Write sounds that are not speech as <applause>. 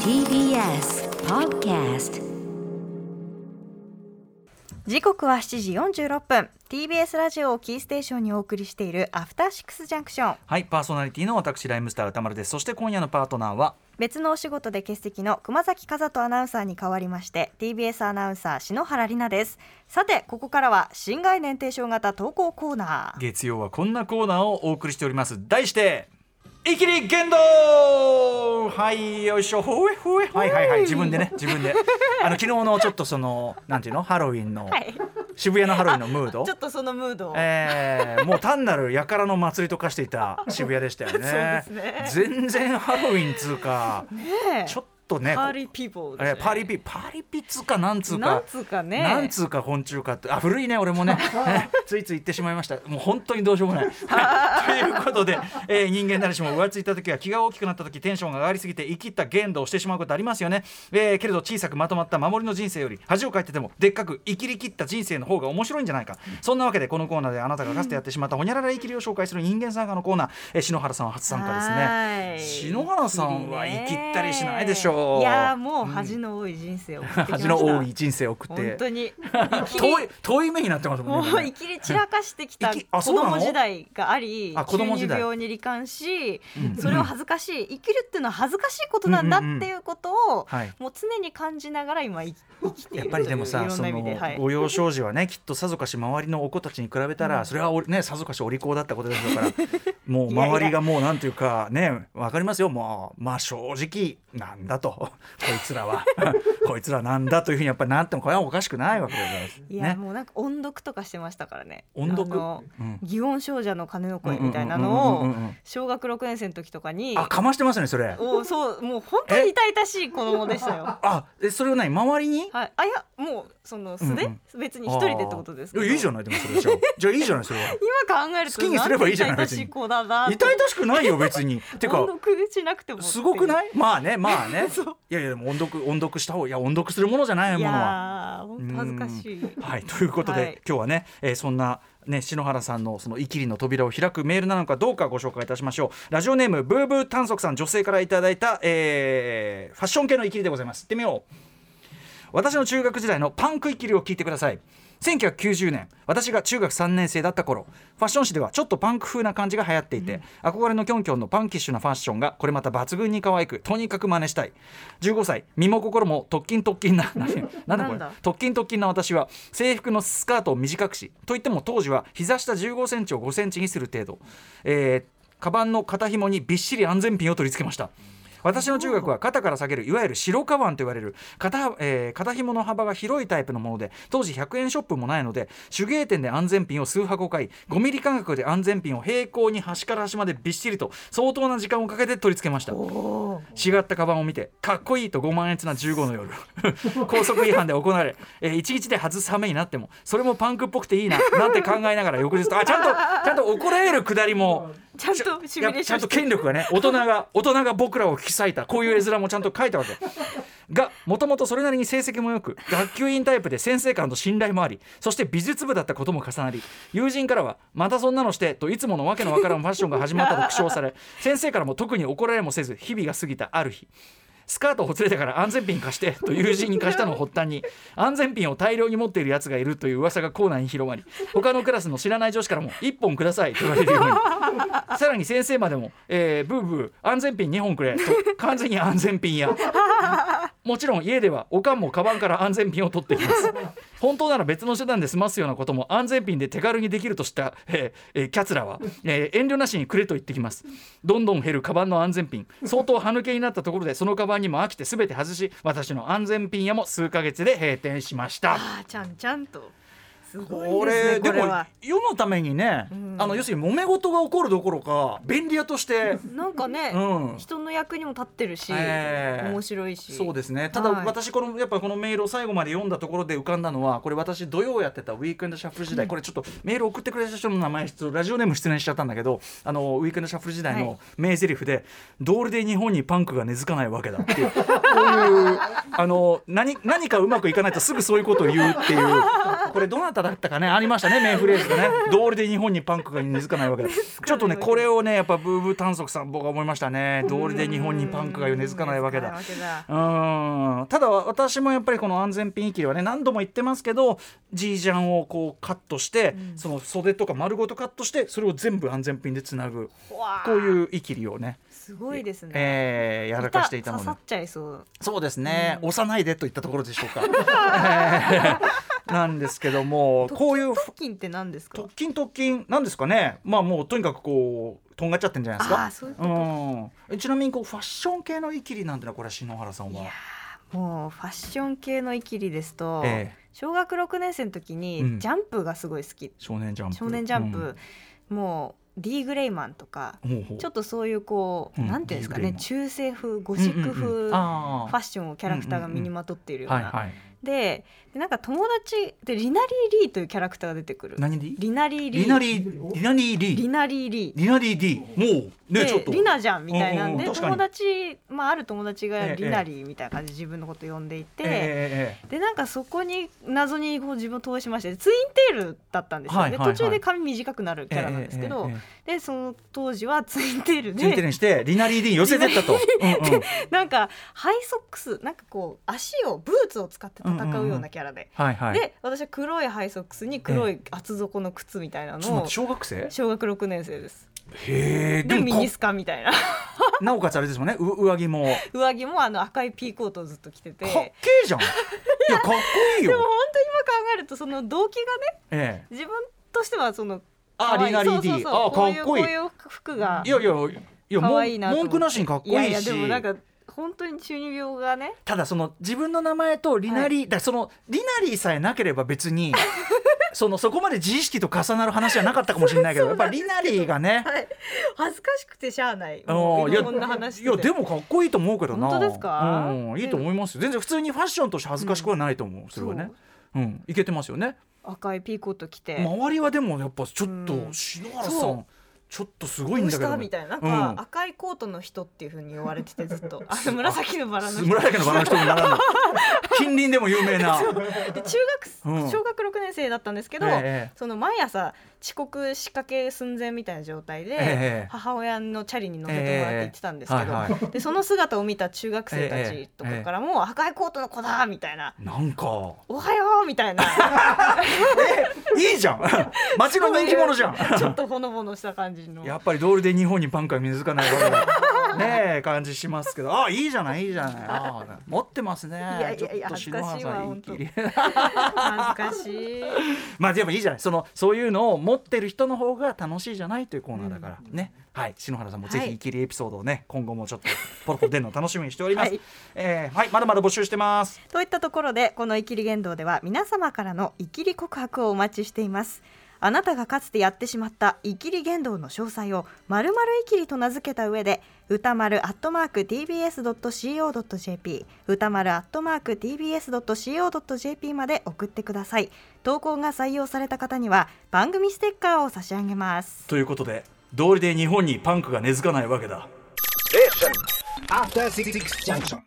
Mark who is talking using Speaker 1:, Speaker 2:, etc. Speaker 1: TBS Podcast
Speaker 2: 時刻は7時46分 TBS ラジオをキーステーションにお送りしているアフターシックスジャンクション
Speaker 3: はい、パーソナリティの私ライムスター歌丸です。そして今夜のパートナーは
Speaker 2: 別のお仕事で欠席の熊崎和人アナウンサーに代わりまして TBS アナウンサー篠原里奈ですさてここからは新概念提唱型投稿コーナー
Speaker 3: 月曜はこんなコーナーをお送りしております。題して。イキリ言動はいよいしょほえほえほえはいはいはい自分 <laughs> でね自分であの昨日のちょっとそのなんていうのハロウィンの、
Speaker 2: はい
Speaker 3: 渋谷のハロウィンのムー
Speaker 2: <laughs>
Speaker 3: ド
Speaker 2: ちょっとそのムードを、
Speaker 3: えーもう単なる輩の祭りと化していた渋谷でしたよね
Speaker 2: そうです
Speaker 3: 全然ハロウィンつうかちょっとね
Speaker 2: パーリーピーポーです
Speaker 3: え
Speaker 2: ね
Speaker 3: ーパーリピパーリピつうかなんつうか
Speaker 2: なんつうかね
Speaker 3: なんつうか昆虫かってあ古いね俺もねね <laughs> ついつい言ってしまいましたもう本当にどうしようもない
Speaker 2: <laughs>
Speaker 3: はいということで、えー人間誰しも浮ついた時は気が大きくなった時テンションが上がりすぎて生きった限度をしてしまうことありますよね、えーけれど小さくまとまった守りの人生より恥をかいててもでっかく生きりきった人生の方が面白いんじゃないかそんなわけでこのコーナーであなたがかつてやってしまったほにゃらら生きりを紹介する人間参加のコーナー、えー篠原さんは初参加です
Speaker 2: は
Speaker 3: ね
Speaker 2: い
Speaker 3: 篠原さんは生きったりしないでしょう
Speaker 2: いやーもう恥の多い人生を送ってきました
Speaker 3: 恥の多い人生を送っ
Speaker 2: 本
Speaker 3: て
Speaker 2: 当
Speaker 3: <laughs>
Speaker 2: に
Speaker 3: 遠い遠い目になってますも
Speaker 2: も
Speaker 3: ん
Speaker 2: う生
Speaker 3: ね。
Speaker 2: きり散らかしてきた
Speaker 3: 生き
Speaker 2: 子
Speaker 3: あそうなの
Speaker 2: 供時代があり
Speaker 3: あ子
Speaker 2: 中
Speaker 3: 供
Speaker 2: 二
Speaker 3: 時代
Speaker 2: 病に罹患しそれを恥ずかしい生きるっていうのは恥ずかしいことなんだっ
Speaker 3: うんうんうん
Speaker 2: ていうことを
Speaker 3: はい
Speaker 2: もう常に感じながら今生き生きてい
Speaker 3: <laughs> や
Speaker 2: る
Speaker 3: っぱりでも
Speaker 2: とい
Speaker 3: さ
Speaker 2: ういろん
Speaker 3: そ
Speaker 2: な意味
Speaker 3: の、
Speaker 2: ではい
Speaker 3: 御幼少児はねきっとさぞかし周りのお子たちに比べたら、それはおねさぞかしお利口だったことでしょうから
Speaker 2: <laughs>
Speaker 3: もう
Speaker 2: いやいや
Speaker 3: 周りがもうなんていうかねわかりますよもうまあ正直なんだと <laughs> こいつらは <laughs> こいつらなんだというふうにやっぱりなってもこれはおかしくないわけでございます。
Speaker 2: いや
Speaker 3: ね、
Speaker 2: もうなんか音読とかしてましたからね
Speaker 3: 音読
Speaker 2: あの
Speaker 3: うん
Speaker 2: 祇園少女の鐘の声みたいなの
Speaker 3: うん
Speaker 2: を
Speaker 3: うんうんうんうんうん
Speaker 2: 小学6年生の時とかに
Speaker 3: あかましてますねそれ。
Speaker 2: おそうもう本当に痛々しい子供でしたよ。
Speaker 3: あえそれは何周りに
Speaker 2: はい、あいやもうその素で、
Speaker 3: うん
Speaker 2: 別に一人でってことですけ
Speaker 3: あ
Speaker 2: ど
Speaker 3: ーいやいいじゃないでもそれ
Speaker 2: <laughs>
Speaker 3: じゃあじゃあいいじゃないそれは。
Speaker 2: 今考えると
Speaker 3: 好きにすればいいじゃない
Speaker 2: んて痛々しい子だな
Speaker 3: 痛々しくないよ別
Speaker 2: <laughs>
Speaker 3: に。てか
Speaker 2: 音読しなくても
Speaker 3: すごく
Speaker 2: い
Speaker 3: ないまあねまあねいやいやでも音読音読した方がいや音読するものじゃない
Speaker 2: い
Speaker 3: ものは。
Speaker 2: やー本当恥ずかしい
Speaker 3: はいということで、
Speaker 2: はい
Speaker 3: 今日はね、えーそんな、ね、篠原さんのそのイキリの扉を開くメールなのかどうかご紹介いたしましょうラジオネームブーブー短足さん女性からいただいた、えーファッション系のイキリでございます行ってみよう私の中学時代のパンクイキリを聞いてください1990年私が中学3年生だった頃ファッション誌ではちょっとパンク風な感じが流行っていて、憧れのキョンキョンのパンキッシュなファッションがこれまた抜群に可愛くとにかく真似したい15歳身も心も特勤特勤な何なんだ
Speaker 2: な
Speaker 3: こ
Speaker 2: ん
Speaker 3: れ
Speaker 2: だ
Speaker 3: 特勤特勤な私は制服のスカートを短くしといっても当時は膝下1 5センチを5センチにする程度、えー、カバンの肩紐にびっしり安全ピンを取り付けました私の中学は肩から下げるいわゆる白カバンと言われる肩は、えー肩紐の幅が広いタイプのもので当時100円ショップもないので手芸店で安全ピンを数箱買い5ミリ間隔で安全ピンを平行に端から端までびっしりと相当な時間をかけて取り付けました違ったカバンを見てかっこいいとご満悦な15の夜高速違反で行われ、え1日で外す羽目になってもそれもパンクっぽくていいななんて考えながら翌日あちゃんとちゃんと怒られるくだりも
Speaker 2: ちゃんとシミュレー
Speaker 3: ち
Speaker 2: ショ
Speaker 3: ゃ
Speaker 2: ン
Speaker 3: んと
Speaker 2: して
Speaker 3: 権力がね大人が大人が僕らを引き裂いたこういう絵面もちゃんと書いたわけがもともとそれなりに成績も良く学級委員タイプで先生からの信頼もありそして美術部だったことも重なり友人からは「またそんなのして」といつものわけのわからんファッションが始まったと苦笑され先生からも特に怒られもせず日々が過ぎたある日スカートをほつれたから安全ピン貸してと友人に貸したのを発端に安全ピンを大量に持っているやつがいるという噂が校内に広まり他のクラスの知らない女子からも「1本ください」と言われるようにさらに先生までも、えーブーブー安全ピン2本
Speaker 2: <laughs>
Speaker 3: くれと完全に安全ピンやもちろん家ではおかんもカバンから安全ピンを取っています本当なら別の手段で済ますようなことも安全ピンで手軽にできるとした、えーえーキャツラは、えー遠慮なしにくれと言ってきますどんどん減るカバンの安全ピン相当歯抜けになったところでそのカバンにも飽きて全て外し私の安全ピン屋も数ヶ月で閉店しました
Speaker 2: あーちゃんちゃんとすご
Speaker 3: こ
Speaker 2: いですね
Speaker 3: れ
Speaker 2: こ
Speaker 3: で
Speaker 2: れ
Speaker 3: も
Speaker 2: は
Speaker 3: 世のためにね、
Speaker 2: ん
Speaker 3: あの要するに揉め事が起こるどころか便利屋として
Speaker 2: なんかね、
Speaker 3: うん
Speaker 2: 人の役にも立ってるし、
Speaker 3: ええ
Speaker 2: 面白いし
Speaker 3: そうですねただ
Speaker 2: はい
Speaker 3: 私このやっぱこのメールを最後まで読んだところで浮かんだのはこれ私土曜やってたウィークエンドシャッフル時代これちょっとメール送ってくれた人の名前ラジオネーム出演しちゃったんだけどあのウィークエンドシャッフル時代
Speaker 2: はい <laughs>
Speaker 3: の名台詞で「道理で日本にパンクが根付かないわけだ」っていういうあの何何かうまくいかないとすぐそういうことを言うっていうこれどなただったかねありましたね名フレーズがね道理で日本にパンクが根付かないわけですちょっとねこれをねやっぱブーブー短足さん僕は思いましたね道理で日本にパンクが根付かないわけだ
Speaker 2: 根付かないわけだ
Speaker 3: うんただ私もやっぱりこの安全ピン域ではね何度も言ってますけど G ジャンをこうカットして、その袖とか丸ごとカットしてそれを全部安全ピンでつなぐ
Speaker 2: うわー
Speaker 3: こういうイキリをね、
Speaker 2: すごいですね、
Speaker 3: えーやらかしていたの
Speaker 2: 刺さ
Speaker 3: で
Speaker 2: っちゃいそう
Speaker 3: そうですね、押さないでといったところでし
Speaker 2: <laughs>
Speaker 3: ょうか。えーなんですけどもこういう
Speaker 2: 突起って何ですか
Speaker 3: 突筋突筋なんですかねまあもうとにかくこうとんがっちゃってんじゃないですか
Speaker 2: あーそういうこ
Speaker 3: うんえちなみにこうファッション系のイキリなんてのはこれは篠原さん
Speaker 2: いや
Speaker 3: は
Speaker 2: ーもうファッション系のイキリですと、
Speaker 3: ええ
Speaker 2: 小学6年生の時
Speaker 3: うん
Speaker 2: にジャンプがすごい好き、
Speaker 3: 少年ジャンプ
Speaker 2: 少年ジャンプ、もう D グレイマンとか
Speaker 3: うんほうほう
Speaker 2: ちょっとそういうこう、
Speaker 3: うん
Speaker 2: なんていうんですか
Speaker 3: D グレ
Speaker 2: ね
Speaker 3: イマン
Speaker 2: 中世風ゴシック風、
Speaker 3: うんうんうん
Speaker 2: ファ
Speaker 3: あー
Speaker 2: ッションをキャラクターが身にまとっているような、
Speaker 3: はいはい
Speaker 2: ででなんか友達でリナリー・リーというキャラクターが出てくる
Speaker 3: 何リ
Speaker 2: リナリー・リー
Speaker 3: リナリーリナリーリ
Speaker 2: リ
Speaker 3: ー
Speaker 2: ナリー・リー
Speaker 3: リナリー D もうね
Speaker 2: で
Speaker 3: ちょっと
Speaker 2: リナじゃんみたいなんで、
Speaker 3: うんうん確かに
Speaker 2: 友達、まあ、ある友達
Speaker 3: え
Speaker 2: が
Speaker 3: え
Speaker 2: リナリーみたいな感じで自分のこと呼んでいて、
Speaker 3: ええええええ
Speaker 2: でなんかそこに謎にこう自分を通しましてツインテールだったんですよ、
Speaker 3: はいはいは
Speaker 2: で
Speaker 3: い
Speaker 2: 途中で髪短くなるキャラなんですけど、
Speaker 3: えええええ
Speaker 2: でその当時はツインテール
Speaker 3: えツインテー
Speaker 2: で
Speaker 3: ルにしてリナリー D に寄せてったとうんうん
Speaker 2: <laughs> なんかハイソックスなんかこう足をブーツを使って戦うようなキャラで、
Speaker 3: はいはい
Speaker 2: で私は黒いハイソックスに黒い厚底の靴みたいな
Speaker 3: ちょっと待
Speaker 2: の
Speaker 3: っ
Speaker 2: を
Speaker 3: て小学生
Speaker 2: 小学6年生です。
Speaker 3: へえ
Speaker 2: で
Speaker 3: で
Speaker 2: ミ
Speaker 3: も
Speaker 2: ニスカみたいな
Speaker 3: こなおかつあれですもんねう上着も
Speaker 2: 上着もあの赤いピーコートをずっと着てて。
Speaker 3: かっけえじゃん。いや、かっこいい
Speaker 2: でも本当今
Speaker 3: よ。
Speaker 2: 考えるとその動機がね
Speaker 3: ええ。
Speaker 2: 自分としてはその
Speaker 3: あ、
Speaker 2: 可愛
Speaker 3: リ
Speaker 2: い
Speaker 3: ナリー
Speaker 2: そうそう
Speaker 3: D。
Speaker 2: そう
Speaker 3: あ、かっこい
Speaker 2: こ
Speaker 3: い。
Speaker 2: ういうこういう服が
Speaker 3: いやいや、いや、
Speaker 2: 可愛いな
Speaker 3: 文
Speaker 2: と思
Speaker 3: 文句なしにかっこいいし。
Speaker 2: やいやでもなんか本当に中二病がね
Speaker 3: ただ、その自分の名前とリナリー、だからそのリナリーさえなければ、別
Speaker 2: <laughs>
Speaker 3: に。そのそこまで自意識と重なる話はなかったかもしれないけど、やっぱりリナリーがね。
Speaker 2: 恥ずかしくてしゃあない
Speaker 3: あ
Speaker 2: も
Speaker 3: の
Speaker 2: う
Speaker 3: いや
Speaker 2: こんな話して
Speaker 3: いやでもかっこいいと思うけどな
Speaker 2: 本当ですか
Speaker 3: うん、いいと思いますよ全然普通にファッションとして恥ずかしくはないと思う、それはねうんいけてますよね
Speaker 2: 赤いピーコート着て
Speaker 3: 周りはでもやっぱちょっ
Speaker 2: う
Speaker 3: と
Speaker 2: ん
Speaker 3: 篠原さ
Speaker 2: そ
Speaker 3: ん
Speaker 2: う
Speaker 3: ちょっとすごい
Speaker 2: ど
Speaker 3: ん
Speaker 2: う
Speaker 3: だ
Speaker 2: し
Speaker 3: けど
Speaker 2: たみたいななん
Speaker 3: うん
Speaker 2: か赤いコートの人っていう風に言われててずっと
Speaker 3: <laughs>
Speaker 2: あの紫のバラの人
Speaker 3: 村家のバラの人に
Speaker 2: <laughs>
Speaker 3: ならぬ近隣でも有名な
Speaker 2: で中
Speaker 3: うん
Speaker 2: 学小学6年生だったんですけど、
Speaker 3: ええ
Speaker 2: その毎朝遅刻仕掛け寸前みたいな状態で、
Speaker 3: ええ
Speaker 2: 母親のチャリに乗せてもらって行ってたんですけど、
Speaker 3: ええはいは
Speaker 2: でその姿を見た中学生たちとかからも「赤いコートの子だ!」みたいな
Speaker 3: なん
Speaker 2: 「
Speaker 3: か
Speaker 2: おはよう!」みたいな
Speaker 3: いいじゃ <laughs> ん街の人気者じゃん
Speaker 2: ちょっとほのぼのした感じの。
Speaker 3: やっぱり道理で日本にパンクは水かないわけ <laughs> だねえ感じしますけどあいいじゃないいいじゃないああ持ってますねい
Speaker 2: やいやいや恥ずかしいわ恥ずかしい。
Speaker 3: <laughs> まあでもいいじゃないそのそういうのを持ってる人の方が楽しいじゃないというコーナーだから、ねはい篠原さんもぜ
Speaker 2: は
Speaker 3: ひ
Speaker 2: い
Speaker 3: イキリエピソードをね、今後もちょっとポロポロ出るの楽しみにしております、
Speaker 2: はい
Speaker 3: えーはいまだまだ募集してます
Speaker 2: といったところでこの「イキリ言動」では皆様からのイキリ告白をお待ちしていますあなたがかつてやってしまったイキリ言動の詳細を「まるイキリ」と名付けた上で歌丸アットマーク tbs.co.jp 歌丸アットマーク tbs.co.jp まで送ってください投稿が採用された方には番組ステッカーを差し上げます
Speaker 3: ということで道理で日本にパンクが根付かないわけだ
Speaker 1: After Six Junction.